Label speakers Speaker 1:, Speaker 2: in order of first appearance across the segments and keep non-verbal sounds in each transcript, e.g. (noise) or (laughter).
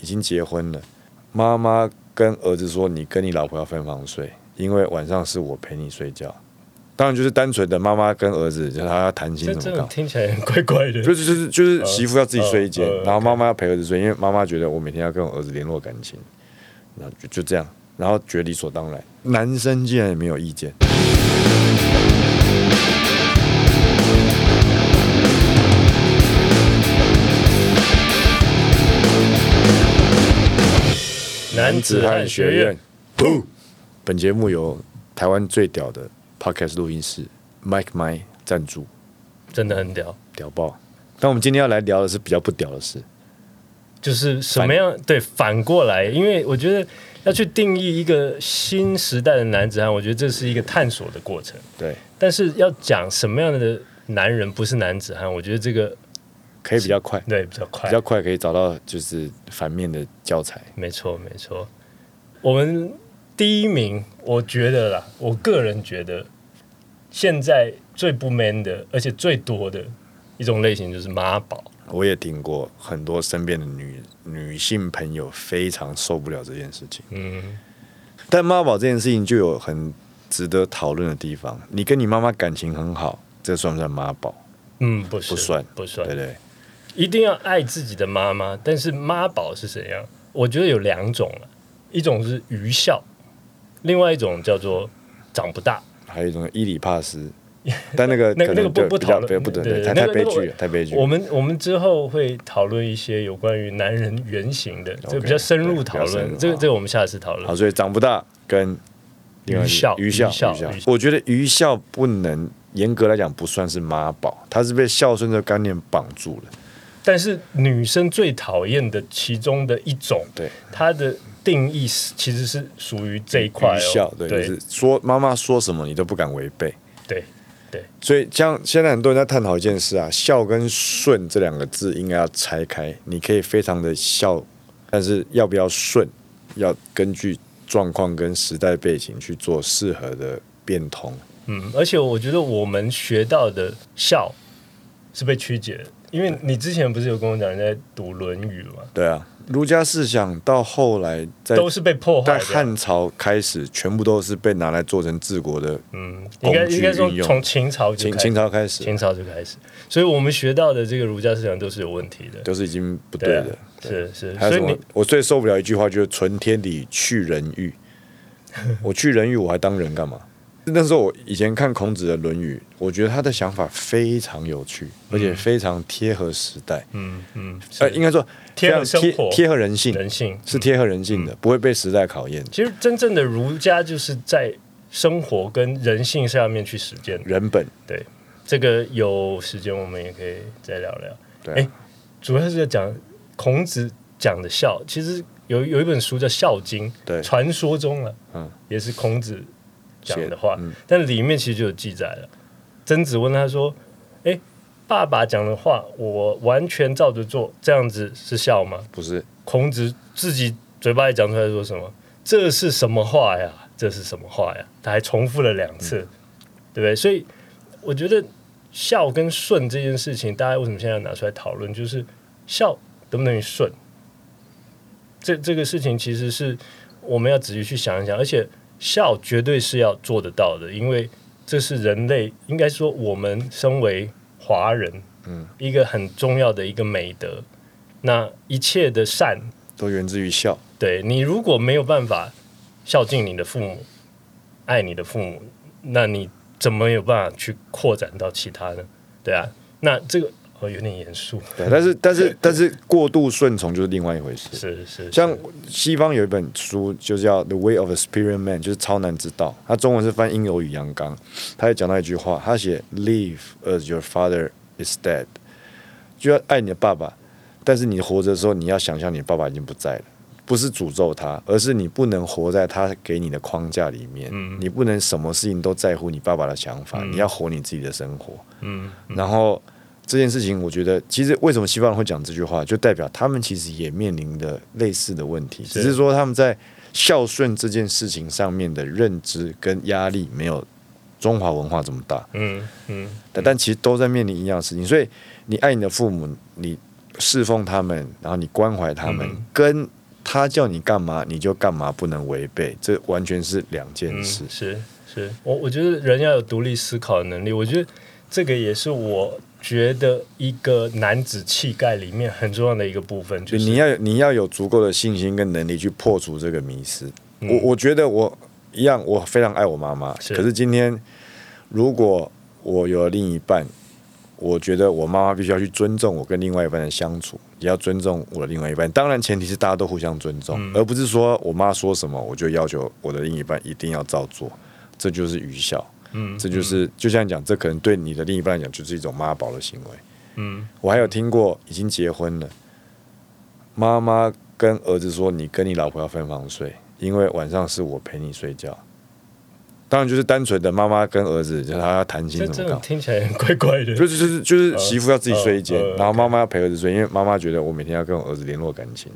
Speaker 1: 已经结婚了，妈妈跟儿子说你跟你老婆要分房睡，因为晚上是我陪你睡觉。当然就是单纯的妈妈跟儿子，就是他要谈心
Speaker 2: 这
Speaker 1: 什
Speaker 2: 真
Speaker 1: 么
Speaker 2: (laughs) 的
Speaker 1: 搞。
Speaker 2: 听起来很怪怪
Speaker 1: (laughs)
Speaker 2: 的。
Speaker 1: 就是就是就是媳妇要自己睡一间
Speaker 2: 呃呃，呃
Speaker 1: 然后妈妈要陪儿子睡，因为妈妈觉得我每天要跟我儿子联络感情，那就就这样，然后觉得理所当然。男生竟然也没有意见，
Speaker 2: 男子汉学院，，
Speaker 1: 噗！本节目由台湾最屌的 Podcast 录音室 Mike My 赞助，
Speaker 2: 真的很屌。
Speaker 1: 屌爆！但我们今天要来聊的是比较不屌的事，
Speaker 2: 就是什么样对反过来，因为我觉得要去定义一个新时代的男子汉，我觉得这是一个探索的过程。
Speaker 1: 对，
Speaker 2: 但是要讲什么样的男人不是男子汉，我觉得这个
Speaker 1: 可以比较快，
Speaker 2: 对比较快
Speaker 1: 比较，快可以找到就是反面的教材。
Speaker 2: 没错没错。我们第一名，我觉得啦，我个人觉得现在最不 man 的，而且最多的一种类型就是妈宝。
Speaker 1: 我也听过很多身边的女女性朋友非常受不了这件事情。
Speaker 2: 嗯，
Speaker 1: 但妈宝这件事情就有很值得讨论的地方。你跟你妈妈感情很好，这算不算妈宝？
Speaker 2: 嗯，不是
Speaker 1: 不算
Speaker 2: 不算
Speaker 1: 对不，对？
Speaker 2: 一定要爱自己的妈妈，但是妈宝是怎样？我觉得有两种了，一种是愚孝，另外一种叫做长不大。
Speaker 1: 还有一种伊里帕
Speaker 2: (laughs)
Speaker 1: 斯，但那个
Speaker 2: 那个
Speaker 1: 可能
Speaker 2: 那个
Speaker 1: 就
Speaker 2: 不
Speaker 1: 比较
Speaker 2: 不讨论
Speaker 1: 对不对？
Speaker 2: 对
Speaker 1: 对
Speaker 2: 对
Speaker 1: 太
Speaker 2: 那
Speaker 1: 太
Speaker 2: 个
Speaker 1: 悲
Speaker 2: 那
Speaker 1: 剧
Speaker 2: 个
Speaker 1: 了，太悲剧了。
Speaker 2: 我们我们之后会讨论一些有关于男人原型的，这个比较深入讨
Speaker 1: 对比较深入
Speaker 2: 论。这个
Speaker 1: 好
Speaker 2: 这个我们下次讨
Speaker 1: 好，
Speaker 2: 论。
Speaker 1: 所以长不大跟另外一个
Speaker 2: 愚孝
Speaker 1: 愚孝
Speaker 2: 愚孝
Speaker 1: 愚孝
Speaker 2: 愚，孝
Speaker 1: 我觉得愚孝不能严格来讲不算是妈宝，他是被孝顺的观念绑住了。
Speaker 2: 但是女生最讨厌的其中的一种，
Speaker 1: 对，
Speaker 2: 它的定义是其实是属于这一块
Speaker 1: 愚
Speaker 2: 哦
Speaker 1: 孝。对，就
Speaker 2: 对
Speaker 1: 是说妈妈说什么你都不敢违背。
Speaker 2: 对，
Speaker 1: 所以，像现在很多人在探讨一件事啊，孝跟顺这两个字应该要拆开。你可以非常的孝，但是要不要顺，要根据状况跟时代背景去做适合的变通。
Speaker 2: 嗯，而且我觉得我们学到的孝是被曲解的，因为你之前不是有跟我讲你在读《论语》吗？
Speaker 1: 对啊，儒家思想到后来在
Speaker 2: 都是被破坏
Speaker 1: 在
Speaker 2: 的。
Speaker 1: 汉朝开始，全部都是被拿来做成治国的。
Speaker 2: 嗯，应该
Speaker 1: 工具
Speaker 2: 应该说
Speaker 1: 运用
Speaker 2: 从秦朝就
Speaker 1: 秦
Speaker 2: 开始
Speaker 1: 秦，朝开始
Speaker 2: 秦朝就开始，所以我们学到的这个儒家思想都是有问题的。
Speaker 1: 都是已经不对
Speaker 2: 对啊
Speaker 1: 的。
Speaker 2: 是是，
Speaker 1: 还有
Speaker 2: 所
Speaker 1: 什
Speaker 2: 以
Speaker 1: 么
Speaker 2: 你？
Speaker 1: 我最受不了一句话就是“存天理，去人欲”。 (laughs) 我去人欲，我还当人干嘛？那时候我以前看孔子的《论语》，我觉得他的想法非常有趣，而且非常贴合时代。
Speaker 2: 嗯嗯，
Speaker 1: 呃，
Speaker 2: 是
Speaker 1: 应该说
Speaker 2: 贴合
Speaker 1: 非常
Speaker 2: 生活
Speaker 1: 贴贴合人性，
Speaker 2: 人性嗯
Speaker 1: 是贴合人性的，不会被时代考验。
Speaker 2: 其实真正的儒家就是在生活跟人性上面去实践的。
Speaker 1: 人本
Speaker 2: 对，这个有时间我们也可以再聊聊。
Speaker 1: 对啊
Speaker 2: 诶主要是在讲孔子讲的孝，其实有有一本书叫《孝经》，
Speaker 1: 对
Speaker 2: 传说中了，
Speaker 1: 嗯
Speaker 2: 也是孔子讲
Speaker 1: 写
Speaker 2: 的话，
Speaker 1: 嗯
Speaker 2: 但里面其实就有记载了。曾子问他说：“哎、爸爸讲的话，我完全照着做，这样子是孝吗
Speaker 1: 不是？”
Speaker 2: 孔子自己嘴巴里讲出来说什么？这是什么话呀？这是什么话呀？他还重复了两次，对不对？所以我觉得孝跟顺这件事情，大家为什么现在要拿出来讨论？就是孝等不等于顺？这这个事情其实是我们要仔细去想一想，而且孝绝对是要做得到的，因为这是人类应该说我们身为华人，
Speaker 1: 嗯，
Speaker 2: 一个很重要的一个美德。那一切的善，
Speaker 1: 都源自于孝。
Speaker 2: 对你如果没有办法孝敬你的父母，爱你的父母，那你怎么有办法去扩展到其他呢？对啊，那这个哦有点严肃，
Speaker 1: 对，但是但是但是过度顺从就是另外一回事。
Speaker 2: (laughs) 是是
Speaker 1: 像西方有一本书，就叫《The Way of a Superior Man》，就是超男之道。它中文是翻英柔与阳刚。他也讲到一句话，他写 “Live as your father is dead”，就要爱你的爸爸，但是你活着的时候，你要想象你爸爸已经不在了。不是诅咒他，而是你不能活在他给你的框架里面。
Speaker 2: 嗯
Speaker 1: 你不能什么事情都在乎你爸爸的想法，你要活你自己的生活。
Speaker 2: 嗯
Speaker 1: 然后这件事情，我觉得其实为什么西方人会讲这句话，就代表他们其实也面临的类似的问题，只是说他们在孝顺这件事情上面的认知跟压力没有中华文化这么大，
Speaker 2: 嗯嗯
Speaker 1: 但但其实都在面临一样的事情。所以你爱你的父母，你侍奉他们，然后你关怀他们，
Speaker 2: 嗯
Speaker 1: 跟他叫你干嘛你就干嘛，不能违背，这完全是两件
Speaker 2: 嗯，
Speaker 1: 事。
Speaker 2: 是是，我我觉得人要有独立思考的能力，我觉得这个也是我觉得一个男子气概里面很重要的一个部分，
Speaker 1: 就
Speaker 2: 就是
Speaker 1: 你要有你要有足够的信心跟能力去破除这个迷失。
Speaker 2: 嗯
Speaker 1: 我我觉得我一样，我非常爱我妈妈，
Speaker 2: 是
Speaker 1: 可是今天如果我有了另一半，我觉得我妈妈必须要去尊重我跟另外一半的相处，也要尊重我的另外一半。当然，前提是大家都互相尊
Speaker 2: 嗯
Speaker 1: 重，而不是说我妈说什么我就要求我的另一半一定要照做，这就是愚孝。
Speaker 2: 嗯，
Speaker 1: 这就是就像你讲，这可能对你的另一半来讲就是一种妈宝的行为。
Speaker 2: 嗯
Speaker 1: 我还有听过已经结婚了，妈妈跟儿子说：“你跟你老婆要分房睡，因为晚上是我陪你睡觉。”当然就是单纯的妈妈跟儿子，就是他要谈心
Speaker 2: 这
Speaker 1: 怎
Speaker 2: 这
Speaker 1: 么
Speaker 2: 种
Speaker 1: 搞，
Speaker 2: 听起来很怪怪的，
Speaker 1: 就是就是就是媳妇要自己睡一间
Speaker 2: 呃呃呃，
Speaker 1: 然后妈妈要陪儿子睡，因为妈妈觉得我每天要跟我儿子联络感情，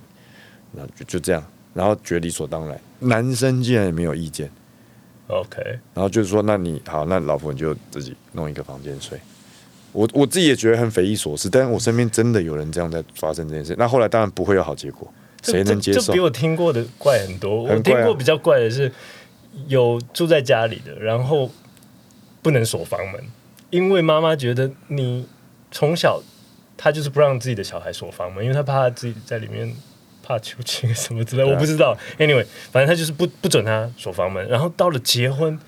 Speaker 1: 然后就就这样，然后觉得理所当然。男生竟然也没有意见，
Speaker 2: OK，
Speaker 1: 然后就是说：“那你好，那老婆你就自己弄一个房间睡。”我我自己也觉得很匪夷所思，但是我身边真的有人这样在发生这件事。那后来当然不会有好结果，
Speaker 2: 这
Speaker 1: 谁能接
Speaker 2: 这？这
Speaker 1: 受
Speaker 2: 比？我听过的怪很多。我
Speaker 1: 很怪啊
Speaker 2: 听过比较怪的是，有住在家里的，然后不能锁房门，因为妈妈觉得你从小她就是不让自己的小孩锁房门，因为她怕她自己在里面怕求情什么之类，
Speaker 1: 对啊
Speaker 2: 我不知道。Anyway，反正她就是不不准她锁房门，然后到了结婚，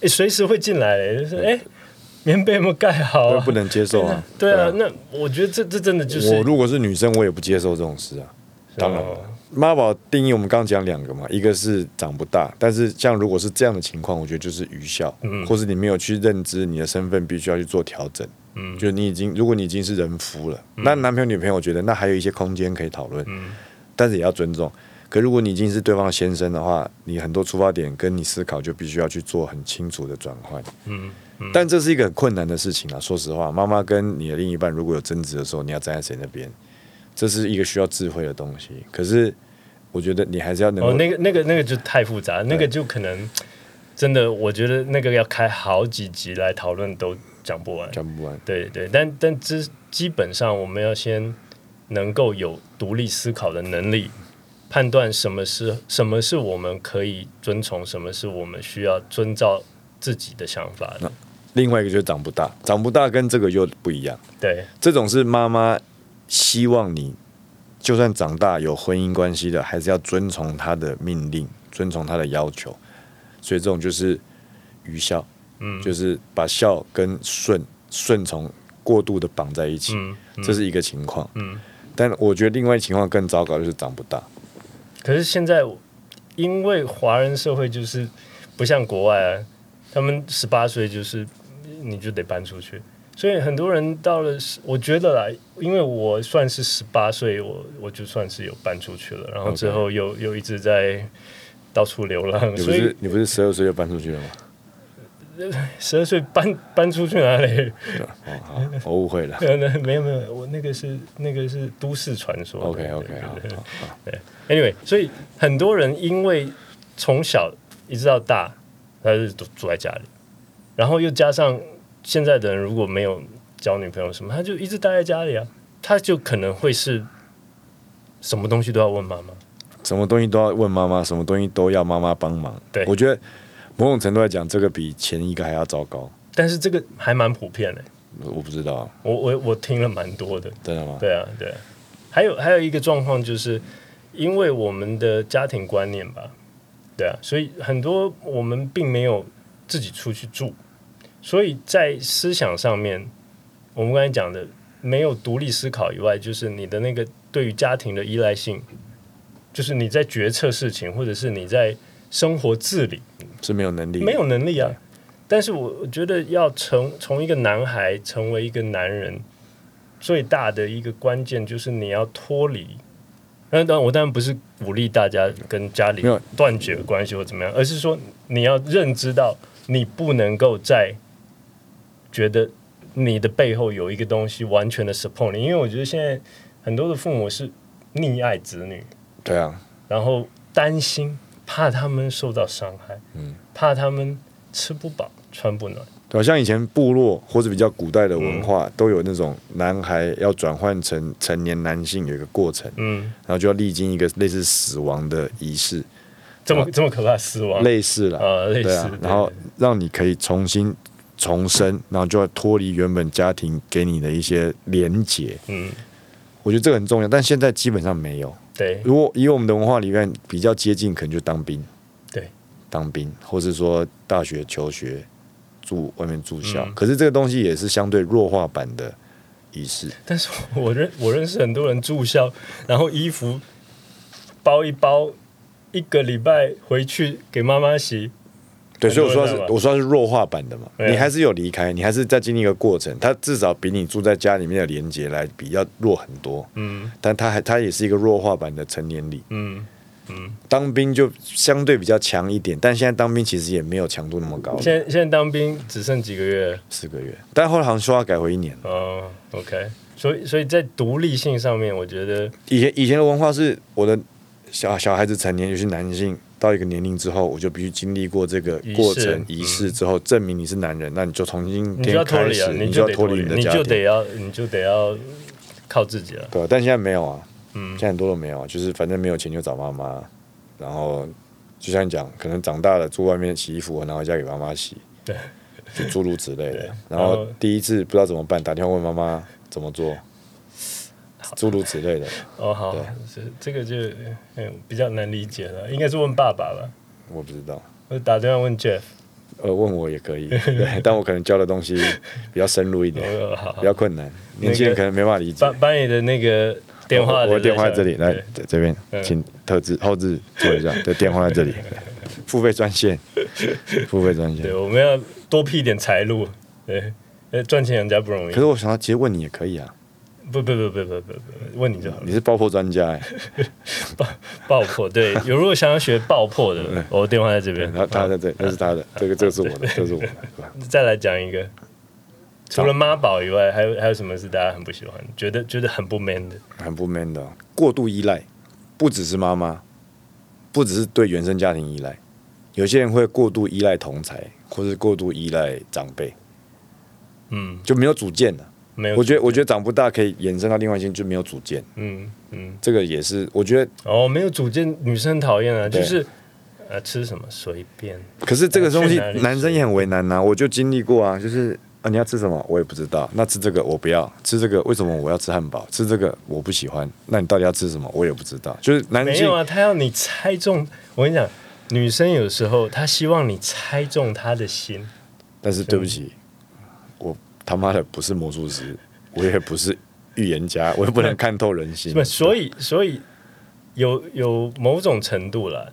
Speaker 2: 诶，随时会进来、就是哎。诶棉被有没有盖好
Speaker 1: 我
Speaker 2: 啊？
Speaker 1: 不能接受啊！
Speaker 2: (laughs) 对啊，那我觉得这这真的就是
Speaker 1: 我如果是女生，我也不接受这种事啊。当然了
Speaker 2: 哦，
Speaker 1: 妈宝定义我们刚刚讲两个嘛，一个是长不大，但是像如果是这样的情况，我觉得就是愚孝，
Speaker 2: 嗯
Speaker 1: 或是你没有去认知你的身份，必须要去做调整。
Speaker 2: 嗯
Speaker 1: 就你已经，如果你已经是人夫了，那男朋友女朋友，我觉得那还有一些空间可以讨论，
Speaker 2: 嗯
Speaker 1: 但是也要尊重。可如果你已经是对方的先生的话，你很多出发点跟你思考就必须要去做很清楚的转换。
Speaker 2: 嗯嗯，
Speaker 1: 但这是一个很困难的事情啊！说实话，妈妈跟你的另一半如果有争执的时候，你要站在谁那边，这是一个需要智慧的东西。可是我觉得你还是要能够、
Speaker 2: 哦，那个那个那个就太复杂，那个就可能真的，我觉得那个要开好几集来讨论都讲不完。
Speaker 1: 讲不完。
Speaker 2: 对对，但但基基本上我们要先能够有独立思考的能力，判断什么是什么是我们可以遵从，什么是我们需要遵照自己的想法的。
Speaker 1: 另外一个就是长不大，长不大跟这个又不一样。
Speaker 2: 对，
Speaker 1: 这种是妈妈希望你，就算长大有婚姻关系的，还是要遵从她的命令，遵从她的要求。所以这种就是愚孝，
Speaker 2: 嗯，
Speaker 1: 就是把孝跟顺顺从过度的绑在一起，
Speaker 2: 嗯嗯
Speaker 1: 这是一个情况。
Speaker 2: 嗯。
Speaker 1: 但我觉得另外情况更糟糕，就是长不大。
Speaker 2: 可是现在，因为华人社会就是不像国外啊，他们十八岁就是你就得搬出去，所以很多人到了十，我觉得啦，因为我算是十八岁，我我就算是有搬出去了，然后
Speaker 1: OK
Speaker 2: 之后又又一直在到处流浪，
Speaker 1: 你不
Speaker 2: 所
Speaker 1: 是
Speaker 2: 以
Speaker 1: 你不是十二岁就搬出去了吗？
Speaker 2: 十二岁搬搬出去哪里？ (laughs)
Speaker 1: 哦，好，我误会了。
Speaker 2: 没有没有没有，我那个是那个是都市传说。
Speaker 1: OK
Speaker 2: 对
Speaker 1: OK，
Speaker 2: 对
Speaker 1: 好
Speaker 2: 对
Speaker 1: 好好，
Speaker 2: Anyway，所以很多人因为从小一直到大，他就住住在家里，然后又加上现在的人如果没有交女朋友什么，他就一直待在家里啊，他就可能会是什么东西都要问妈妈。
Speaker 1: 什么东西都要问妈妈，什么东西都要妈妈帮忙。
Speaker 2: 对
Speaker 1: 我觉得某种程度来讲，这个比前一个还要糟糕。
Speaker 2: 但是这个还蛮普遍的，
Speaker 1: 我不知道，
Speaker 2: 我我我听了蛮多的。
Speaker 1: 真的吗？
Speaker 2: 对啊，对啊。还有还有一个状况就是，因为我们的家庭观念吧，对啊，所以很多我们并没有自己出去住，所以在思想上面，我们刚才讲的没有独立思考以外，就是你的那个对于家庭的依赖性，就是你在决策事情，或者是你在生活自理，
Speaker 1: 是没有能力，
Speaker 2: 没有能力啊。但是我我觉得要成从一个男孩成为一个男人，最大的一个关键就是你要脱离。那当然，我当然不是鼓励大家跟家里
Speaker 1: 没有
Speaker 2: 断绝关系或怎么样，而是说你要认知到你不能够再觉得你的背后有一个东西完全的 support 你，因为我觉得现在很多的父母是溺爱子女，
Speaker 1: 对啊，
Speaker 2: 然后担心怕他们受到伤害，
Speaker 1: 嗯
Speaker 2: 怕他们吃不饱穿不暖，
Speaker 1: 对啊吧？像以前部落或者比较古代的文化，
Speaker 2: 嗯
Speaker 1: 都有那种男孩要转换成成年男性有一个过程，
Speaker 2: 嗯，
Speaker 1: 然后就要历经一个类似死亡的仪式，
Speaker 2: 这么这么可怕，死亡
Speaker 1: 类似了，
Speaker 2: 啊，类
Speaker 1: 对
Speaker 2: 似
Speaker 1: 啊，，然后让你可以重新重生，然后就要脱离原本家庭给你的一些连结。
Speaker 2: 嗯，
Speaker 1: 我觉得这个很重要，但现在基本上没有。
Speaker 2: 对，
Speaker 1: 如果以我们的文化里面比较接近，可能就当兵，
Speaker 2: 对，
Speaker 1: 当兵，或是说大学求学，住外面住校。
Speaker 2: 嗯
Speaker 1: 可是这个东西也是相对弱化版的仪式，
Speaker 2: 但是我认我认识很多人住校，然后衣服包一包，一个礼拜回去给妈妈洗，
Speaker 1: 对，
Speaker 2: 很
Speaker 1: 所以
Speaker 2: 多
Speaker 1: 我说它是
Speaker 2: 人这样吧
Speaker 1: 我说它是弱化版的嘛，
Speaker 2: 对啊
Speaker 1: 你还是有离开，你还是在经历一个过程，它至少比你住在家里面的连接来比要弱很多，
Speaker 2: 嗯
Speaker 1: 但它还它也是一个弱化版的成年礼。
Speaker 2: 嗯，
Speaker 1: 当兵就相对比较强一点，但现在当兵其实也没有强度那么高，
Speaker 2: 现在现在当兵只剩几个月，
Speaker 1: 四个月，但后来好像说要改回一年。
Speaker 2: 哦，OK，所以所以在独立性上面，我觉得
Speaker 1: 以前以前的文化是我的小小孩子成年，尤其男性到一个年龄之后，我就必须经历过这个
Speaker 2: 仪式
Speaker 1: 过程
Speaker 2: 嗯
Speaker 1: 仪式之后，证明你是男人，那你就从今
Speaker 2: 你就要
Speaker 1: 天
Speaker 2: 脱
Speaker 1: 开
Speaker 2: 离啊，
Speaker 1: 始，就
Speaker 2: 你就
Speaker 1: 要
Speaker 2: 得
Speaker 1: 脱
Speaker 2: 脱
Speaker 1: 离
Speaker 2: 离，
Speaker 1: 你的
Speaker 2: 你
Speaker 1: 家
Speaker 2: 就
Speaker 1: 庭，
Speaker 2: 得啊要你就得要靠自己了，
Speaker 1: 对啊但现在没有啊，
Speaker 2: 嗯
Speaker 1: 现在很多都没有啊，就是反正没有钱就找妈妈，然后就像你讲，可能长大了住外面洗衣服，然后回家给妈妈洗，
Speaker 2: 对，啊
Speaker 1: 就诸如此类的。然
Speaker 2: 然
Speaker 1: 后
Speaker 2: 后
Speaker 1: 第一次不知道怎么办，打电话问妈妈怎么做，诸如此类的。
Speaker 2: 哦好
Speaker 1: 对，
Speaker 2: 这这个就嗯比较难理解了，应该是问爸爸吧，
Speaker 1: 我不知道，
Speaker 2: 我打电话问 Jeff，
Speaker 1: 呃，问我也可以，对，但我可能教的东西比较深入一点，
Speaker 2: 哦好，
Speaker 1: 比较困难，年轻人可能没办法理解
Speaker 2: 把。把你的那个电话
Speaker 1: 我我
Speaker 2: 留
Speaker 1: 的
Speaker 2: 在
Speaker 1: 电话在这里，来
Speaker 2: 对
Speaker 1: 这这边，
Speaker 2: 嗯
Speaker 1: 请特制后置做一下，对，电话在这里，付费专线，付费专线
Speaker 2: 对，。我们要多辟一点财路，对，呃，赚钱人家不容易
Speaker 1: 可。是我想到，其实问你也可以啊，
Speaker 2: 不不不不不不不，问你就好了。
Speaker 1: 你是爆破专家、欸，
Speaker 2: 爆破，
Speaker 1: (laughs)
Speaker 2: 对，有如果想要学爆破的，我电话在这边。
Speaker 1: 然后嗯他
Speaker 2: 好
Speaker 1: 在这里，那是他的，这个这个是我的，这个是我的，对吧？
Speaker 2: 再来讲一个，除了妈宝以外，还有还有什么是大家很不喜欢，觉得觉得很不 man 的？
Speaker 1: 很不 man 的哦、过度依赖，不只是妈妈，不只是对原生家庭依赖，有些人会过度依赖同才，或是过度依赖长辈，
Speaker 2: 嗯，
Speaker 1: 就没有主见了、
Speaker 2: 没有。
Speaker 1: 我觉得，我觉得长不大可以延伸到另外一些，就没有主见，
Speaker 2: 嗯嗯，
Speaker 1: 这个也是，我觉得，
Speaker 2: 哦，没有主见，女生很讨厌啊，
Speaker 1: 对
Speaker 2: 就是呃吃什么随便，
Speaker 1: 可是这个东西
Speaker 2: 去哪里
Speaker 1: 男生也很为难呐、我就经历过啊，就是。啊，你要吃什么？我也不知道。那吃这个我不要，吃这个为什么我要吃汉堡？吃这个我不喜欢。那你到底要吃什么？我也不知道。就是男
Speaker 2: 没
Speaker 1: 性
Speaker 2: 有啊，她要你猜中。我跟你讲，女生有时候她希望你猜中她的心。
Speaker 1: 但是对不起，我他妈的不是魔术师，我也不是预言家， (laughs) 我也不能看透人心
Speaker 2: 不，。所以所以有有某种程度了，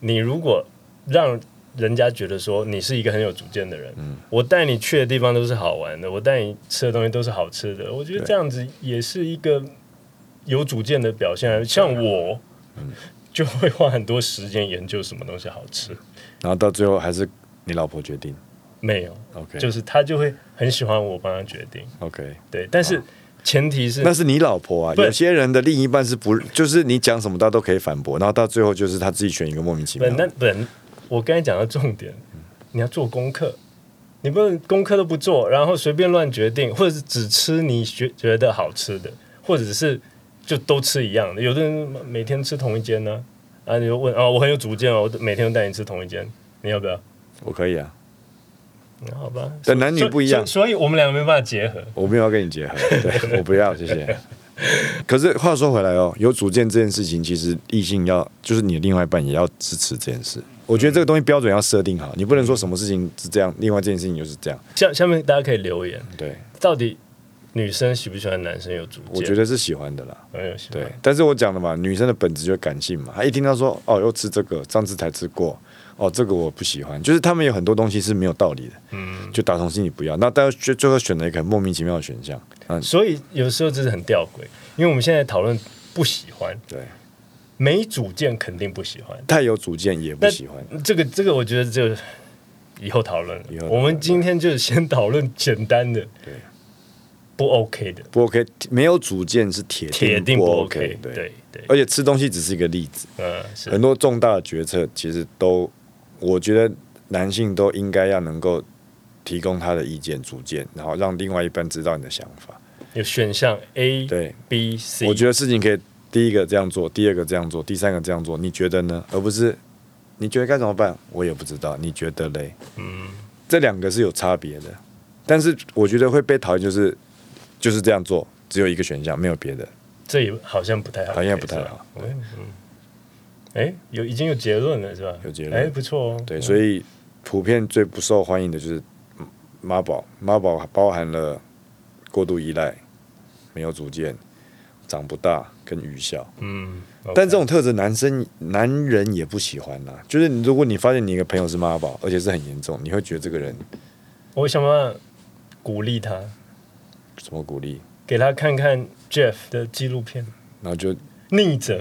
Speaker 2: 你如果让人家觉得说你是一个很有主见的人，
Speaker 1: 嗯
Speaker 2: 我带你去的地方都是好玩的，我带你吃的东西都是好吃的，我觉得
Speaker 1: 对
Speaker 2: 这样子也是一个有主见的表现。啊像我。
Speaker 1: 嗯
Speaker 2: 就会花很多时间研究什么东西好吃，
Speaker 1: 然后到最后还是你老婆决定。
Speaker 2: 没有
Speaker 1: OK，
Speaker 2: 就是他就会很喜欢我帮他决定，
Speaker 1: OK，
Speaker 2: 对，但
Speaker 1: 啊
Speaker 2: 是前提是
Speaker 1: 那是你老婆啊。
Speaker 2: 不
Speaker 1: 有些人的另一半是不，就是你讲什么他都可以反驳，然后到最后就是他自己选一个莫名其
Speaker 2: 不
Speaker 1: 妙，
Speaker 2: 那
Speaker 1: 的。
Speaker 2: 不，我刚才讲到重点，
Speaker 1: 嗯
Speaker 2: 你要做功课，你不能功课都不做，然后随便乱决定，或者是只吃你觉觉得好吃的，或者是就都吃一样的。有的人每天吃同一间呢、啊，你就问啊，我很有主见哦，我每天都带你吃同一间，你要不要？
Speaker 1: 我可以啊，
Speaker 2: 嗯好吧，
Speaker 1: 但男女不一样
Speaker 2: 所以所以我们两个没办法结合。
Speaker 1: 我没有要跟你结合，
Speaker 2: (laughs)
Speaker 1: 对我不要，谢谢。可是话说回来哦，有主见这件事情，其实异性要就是你的另外一半也要支持这件事。我觉得这个东西标准要设定好，你不能说什么事情是这样，另外这件事情就是这样。
Speaker 2: 下下面大家可以留言，
Speaker 1: 对，
Speaker 2: 到底女生喜不喜欢男生有主见？嗯
Speaker 1: 我觉得是喜欢的啦。
Speaker 2: 很有喜欢
Speaker 1: 对，但是我讲的嘛，女生的本质就是感性嘛。她一听到说哦，又吃这个，上次才吃过，哦，这个我不喜欢，就是他们有很多东西是没有道理的，
Speaker 2: 嗯，
Speaker 1: 就打从心里不要。那但是最最后选了一个很莫名其妙的选项，嗯，
Speaker 2: 所以有时候这是很吊诡，因为我们现在讨论不喜欢，
Speaker 1: 对，
Speaker 2: 没主见肯定不喜欢。
Speaker 1: 太有主见也不
Speaker 2: 那
Speaker 1: 喜欢。
Speaker 2: 这个这个，我觉得就以后讨论了
Speaker 1: 以后讨。论
Speaker 2: 我们今天就先讨论简单的，
Speaker 1: 对，
Speaker 2: 不 OK 的，
Speaker 1: 不 OK，没有主见是铁
Speaker 2: 铁定
Speaker 1: 不
Speaker 2: 不
Speaker 1: OK
Speaker 2: OK。。
Speaker 1: 对，
Speaker 2: 对对，
Speaker 1: 而且吃东西只是一个例子，
Speaker 2: 嗯，是
Speaker 1: 很多重大的决策其实都，我觉得男性都应该要能够提供他的意见、主见，然后让另外一半知道你的想法。
Speaker 2: 有选项 A、
Speaker 1: 对，
Speaker 2: B、C，
Speaker 1: 我觉得事情可以第一个这样做，第二个这样做，第三个这样做，你觉得呢？而不是你觉得该怎么办？我也不知道，你觉得嘞？
Speaker 2: 嗯，
Speaker 1: 这两个是有差别的，但是我觉得会被讨厌就是就是这样做，只有一个选项，没有别的。
Speaker 2: 这也好像不太好，
Speaker 1: 好像不太
Speaker 2: 是吧
Speaker 1: 好。
Speaker 2: 嗯，嗯哎，有已经有结论了是吧？
Speaker 1: 有结论
Speaker 2: 哎，不错哦。
Speaker 1: 对，
Speaker 2: 嗯
Speaker 1: 所以普遍最不受欢迎的就是嗯妈宝，妈宝包含了过度依赖、没有主见、长不大跟愚孝。
Speaker 2: 嗯，
Speaker 1: 但这种特质，男生男人也不喜欢啦。就是你如果你发现你一个朋友是妈宝，而且是很严重，你会觉得这个人
Speaker 2: 我会想办法鼓励他，
Speaker 1: 什么鼓励，
Speaker 2: 给他看看 Jeff 的纪录片《
Speaker 1: 然后就
Speaker 2: 逆者》。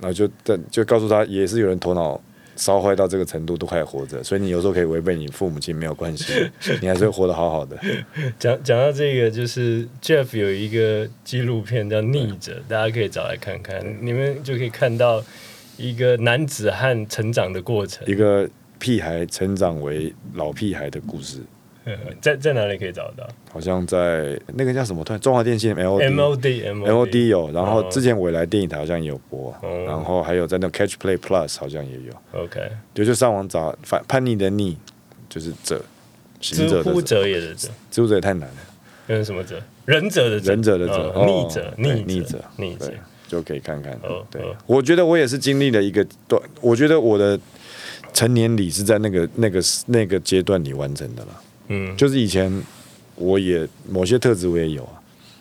Speaker 1: 然后就但就告诉他，也是有人头脑烧坏到这个程度都还活着，所以你有时候可以违背你父母亲没有关系，你还是会活得好好的。
Speaker 2: 讲讲到这个，就是 Jeff 有一个纪录片叫《逆者》，大家可以找来看看，你们就可以看到一个男子汉成长的过程
Speaker 1: 一。个屁孩成长为老屁孩的故事，
Speaker 2: 嗯 (laughs) 在在哪里可以找到
Speaker 1: 好像在那个叫什么团，中华电信 L
Speaker 2: ？M O D M
Speaker 1: L D 有，然后
Speaker 2: 哦
Speaker 1: 之前未来电影台好像也有播，
Speaker 2: 哦
Speaker 1: 然后还有在那 Catch Play Plus 好像也有，
Speaker 2: OK，
Speaker 1: 就就上网找反叛逆的逆就是者，行
Speaker 2: 知
Speaker 1: 者
Speaker 2: 乎
Speaker 1: 的者，
Speaker 2: 者也的者，
Speaker 1: 知乎者也太难了，
Speaker 2: 跟什么者？忍者的
Speaker 1: 忍者的者，
Speaker 2: 哦逆
Speaker 1: 哦
Speaker 2: 者，
Speaker 1: 对
Speaker 2: 逆
Speaker 1: 逆
Speaker 2: 者，逆者
Speaker 1: 对。，就可以看看
Speaker 2: 哦。
Speaker 1: 对
Speaker 2: 哦，
Speaker 1: 我觉得我也是经历了一个段，我觉得我的成年礼是在那个那个那个阶段里完成的了。
Speaker 2: 嗯，
Speaker 1: 就是以前我也某些特质我也有啊，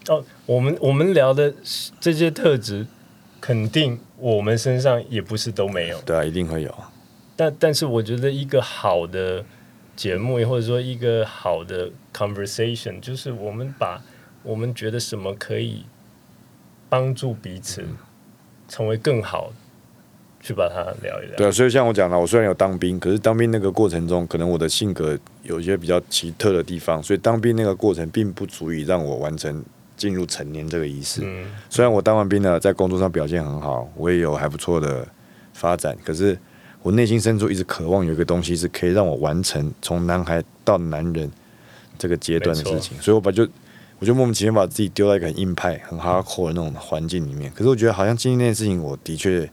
Speaker 2: 哦，我们我们聊的这些特质，肯定我们身上也不是都没有。
Speaker 1: 对啊，一定会有啊。
Speaker 2: 但但是我觉得一个好的节目，或者说一个好的 conversation，就是我们把我们觉得什么可以帮助彼此成为更好，去把它聊一聊。
Speaker 1: 对啊，所以像我讲了，我虽然有当兵，可是当兵那个过程中，可能我的性格有一些比较奇特的地方，所以当兵那个过程并不足以让我完成进入成年这个仪式。
Speaker 2: 嗯
Speaker 1: 虽然我当完兵了，在工作上表现很好，我也有还不错的发展，可是我内心深处一直渴望有一个东西是可以让我完成从男孩到男人这个阶段的事情，所以我把就我就莫名其妙把自己丢到一个很硬派、很 hardcore 的那种环境里面。可是我觉得好像经历那件事情，我的确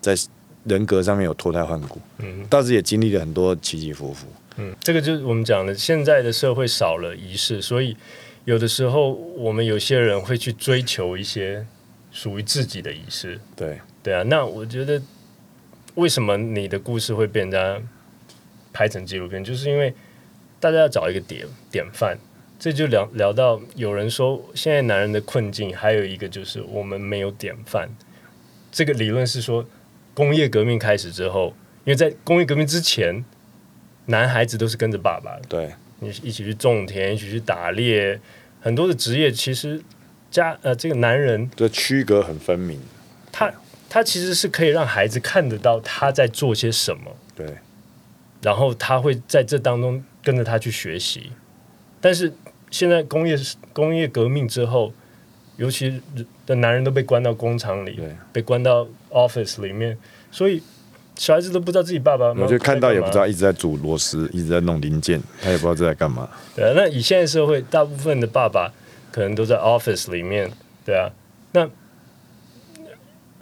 Speaker 1: 在人格上面有脱胎换骨，
Speaker 2: 嗯
Speaker 1: 但是也经历了很多起起伏伏。
Speaker 2: 嗯，这个就是我们讲的，现在的社会少了仪式，所以有的时候我们有些人会去追求一些属于自己的仪式。
Speaker 1: 对，
Speaker 2: 对啊，那我觉得为什么你的故事会被人家拍成纪录片，就是因为大家要找一个典典范。这就聊聊到有人说，现在男人的困境还有一个就是我们没有典范。这个理论是说，工业革命开始之后，因为在工业革命之前，男孩子都是跟着爸爸的，
Speaker 1: 对，
Speaker 2: 你一起去种田，一起去打猎，很多的职业其实家呃这个男人
Speaker 1: 这区隔很分明。
Speaker 2: 他他其实是可以让孩子看得到他在做些什么，
Speaker 1: 对，
Speaker 2: 然后他会在这当中跟着他去学习。但是现在工业工业革命之后，尤其的男人都被关到工厂里
Speaker 1: 对，
Speaker 2: 被关到 office 里面，所以小孩子都不知道自己爸爸妈妈
Speaker 1: 我就看到也不知
Speaker 2: 在干嘛。
Speaker 1: 道一直在煮螺丝，一直在弄零件，他也不知道这在干嘛。
Speaker 2: 对啊，那以现在社会，大部分的爸爸可能都在 office 里面，对啊，那。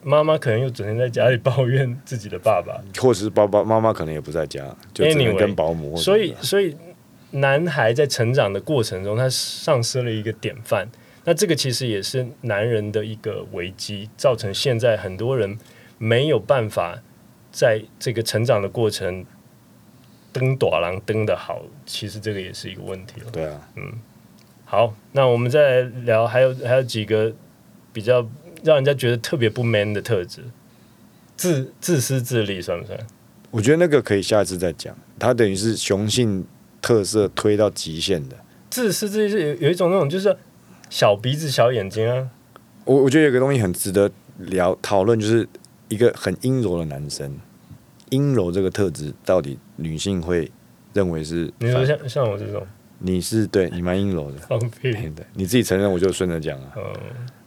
Speaker 2: 妈妈可能又整天在家里抱怨自己的爸爸，
Speaker 1: 或者是爸爸妈妈可能也不在家，就只能
Speaker 2: Anyway，
Speaker 1: 跟保姆或者
Speaker 2: 所以，所以男孩在成长的过程中，他丧失了一个典范。那这个其实也是男人的一个危机，造成现在很多人没有办法在这个成长的过程登短廊登的好，其实这个也是一个问题了。
Speaker 1: 对啊，
Speaker 2: 好，那我们再来聊，还有还有几个比较让人家觉得特别不 man 的特质，自自私自利算不算？
Speaker 1: 我觉得那个可以下一次再讲。它等于是雄性特色推到极限的。
Speaker 2: 自私自利是有有一种那种就是小鼻子小眼睛啊，
Speaker 1: 我我觉得有个东西很值得聊讨论，就是一个很阴柔的男生，阴柔这个特质到底女性会认为是
Speaker 2: 你说
Speaker 1: 反
Speaker 2: 像像我这种
Speaker 1: 你是对你蛮阴柔的，
Speaker 2: 放屁，
Speaker 1: 对，你自己承认我就顺着讲啊。
Speaker 2: (laughs) 嗯，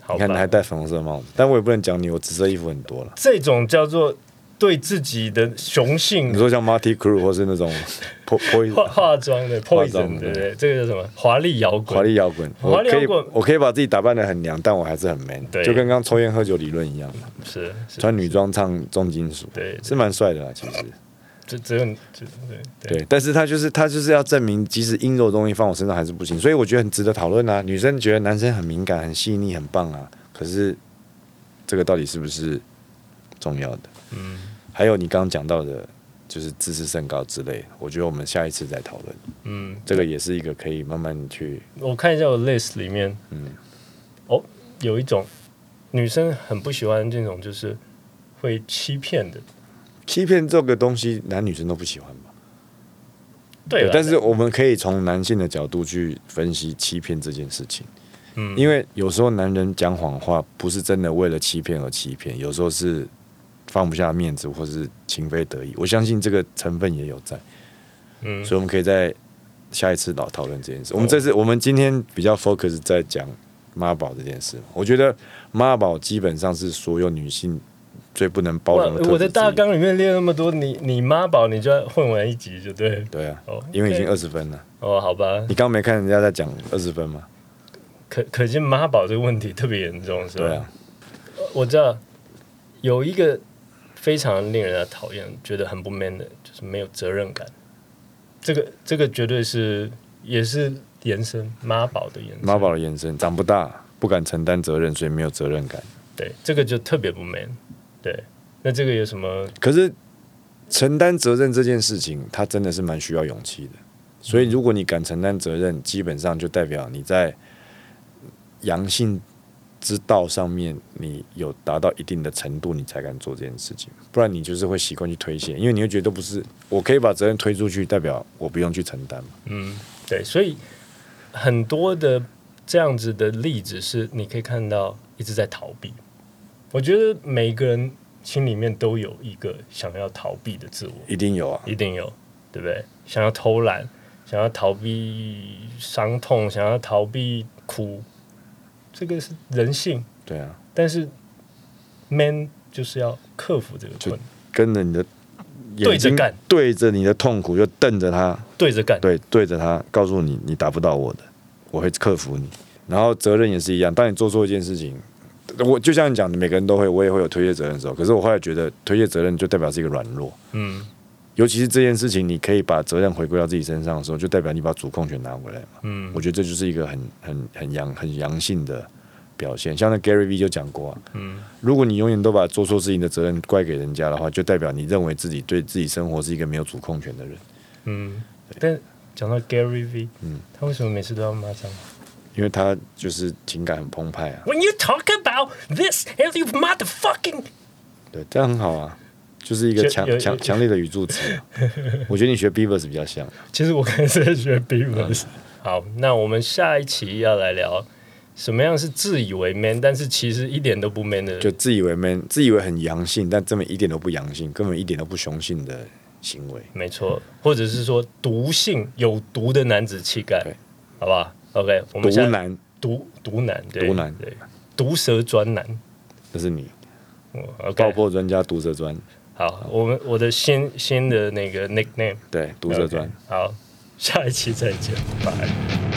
Speaker 2: 好
Speaker 1: 哎你看你还
Speaker 2: 吧，
Speaker 1: 戴粉红色帽子，但我也不能讲你，我紫色衣服很多了。
Speaker 2: 这种叫做对自己的雄性
Speaker 1: 你说像 Marty Crew 或是那种 (laughs) po po
Speaker 2: 化化妆的
Speaker 1: 化妆
Speaker 2: poison，
Speaker 1: 的
Speaker 2: 对不对？这个叫什么？华丽摇
Speaker 1: 华
Speaker 2: 滚。
Speaker 1: 丽摇滚，我
Speaker 2: 华丽
Speaker 1: 可以
Speaker 2: 摇滚
Speaker 1: 我可以把自己打扮的很娘，但我还是很 man，
Speaker 2: 对
Speaker 1: 就跟刚抽烟喝酒理论一样，
Speaker 2: 是是，
Speaker 1: 穿女装唱重金属，
Speaker 2: 对，
Speaker 1: 是蛮帅的啦，其实。
Speaker 2: 只只有你，只对对
Speaker 1: 对，但是他就是他就是要证明，即使阴柔的东西放我身上还是不行，所以我觉得很值得讨论啊。女生觉得男生很敏感、很细腻、很棒啊，可是这个到底是不是重要的？
Speaker 2: 嗯，
Speaker 1: 还有你刚刚讲到的，就是自视甚高之类，我觉得我们下一次再讨论，
Speaker 2: 嗯，
Speaker 1: 这个也是一个可以慢慢去
Speaker 2: 我看一下我 list 里面，
Speaker 1: 嗯
Speaker 2: 哦，有一种女生很不喜欢这种就是会欺骗的，
Speaker 1: 欺骗这个东西，男女生都不喜欢吧？
Speaker 2: 对啊啦，
Speaker 1: 但是我们可以从男性的角度去分析欺骗这件事情。
Speaker 2: 嗯，
Speaker 1: 因为有时候男人讲谎话不是真的为了欺骗而欺骗，有时候是放不下面子或是情非得已。我相信这个成分也有在，
Speaker 2: 嗯
Speaker 1: 所以我们可以在下一次老讨论这件事。我们这次我们今天比较 focus 在讲妈宝这件事。我觉得妈宝基本上是所有女性最不能包
Speaker 2: 哇
Speaker 1: 容的特质之一。
Speaker 2: 我的大纲里面列那么多，你你妈宝你就要混完一集就对了，
Speaker 1: 对啊，
Speaker 2: 哦，
Speaker 1: 因为已经
Speaker 2: OK
Speaker 1: 二十分了。
Speaker 2: 哦，好吧，
Speaker 1: 你刚刚没看人家在讲二十分吗？
Speaker 2: 可可见妈宝这个问题特别严重，是吧？
Speaker 1: 对啊，
Speaker 2: 我知道有一个非常令人家讨厌、觉得很不 man 的，就是没有责任感。这个这个绝对是也是延伸妈宝的延伸。
Speaker 1: 妈宝的延伸，长不大，不敢承担责任，所以没有责任感。
Speaker 2: 对这个就特别不 man。对，那这个有什么？
Speaker 1: 可是承担责任这件事情，它真的是蛮需要勇气的。所以，如果你敢承担责任，基本上就代表你在阳性之道上面，你有达到一定的程度，你才敢做这件事情。不然，你就是会习惯去推卸，因为你会觉得不是我可以把责任推出去，代表我不用去承担嘛。
Speaker 2: 嗯，对，所以很多的这样子的例子是你可以看到一直在逃避。我觉得每个人心里面都有一个想要逃避的自我。
Speaker 1: 一定有啊，
Speaker 2: 一定有，对不对？想要偷懒，想要逃避伤痛，想要逃避苦，这个是人性。
Speaker 1: 对啊，
Speaker 2: 但是 man 就是要克服这个困难，
Speaker 1: 跟着你的眼
Speaker 2: 对着
Speaker 1: 睛
Speaker 2: 干，
Speaker 1: 对着你的痛苦，就瞪着他，
Speaker 2: 对着干。
Speaker 1: 对，对着他告诉你，你达不到我的，我会克服你。然后责任也是一样，当你做错一件事情，我就像你讲的，每个人都会，我也会有推卸责任的时候。可是我后来觉得，推卸责任就代表是一个软弱，
Speaker 2: 嗯
Speaker 1: 尤其是这件事情，你可以把责任回归到自己身上的时候，就代表你把主控权拿回来嘛。
Speaker 2: 嗯
Speaker 1: 我觉得这就是一个很很很阳很阳性的表现。像那 Gary V 就讲过、啊，
Speaker 2: 嗯
Speaker 1: 如果你永远都把做错事情的责任怪给人家的话，就代表你认为自己对自己生活是一个没有主控权的人，
Speaker 2: 嗯。但讲到 Gary V，
Speaker 1: 嗯
Speaker 2: 他为什么每次都要骂脏话
Speaker 1: 因为他就是情感很澎湃啊。
Speaker 2: ？When you talk about this and you motherfucking，
Speaker 1: 对，这样很好啊，就是一个
Speaker 2: 就
Speaker 1: 强
Speaker 2: 有
Speaker 1: 强
Speaker 2: 有
Speaker 1: 强烈的语助词啊、
Speaker 2: (laughs)
Speaker 1: 我觉得你学 Beavers 比较像，
Speaker 2: 其实我刚才是在学 Beavers。好，
Speaker 1: 嗯
Speaker 2: 那我们下一期要来聊什么样是自以为 man，但是其实一点都不 man 的
Speaker 1: 就自以为 man，自以为很阳性，但根本一点都不阳性，根本一点都不雄性的行为。
Speaker 2: 没错，或者是说毒性有毒的男子气概
Speaker 1: 对，
Speaker 2: 好不好？OK，我
Speaker 1: 毒
Speaker 2: 们现在
Speaker 1: 男，
Speaker 2: 毒毒男，对
Speaker 1: 毒男
Speaker 2: 对，毒蛇专男。
Speaker 1: 这是你
Speaker 2: 嗯
Speaker 1: 爆
Speaker 2: OK，
Speaker 1: 破专家毒蛇专，
Speaker 2: 好，我们我的先先的那个 nickname
Speaker 1: 对，毒蛇专。
Speaker 2: OK，好，下一期再见，拜。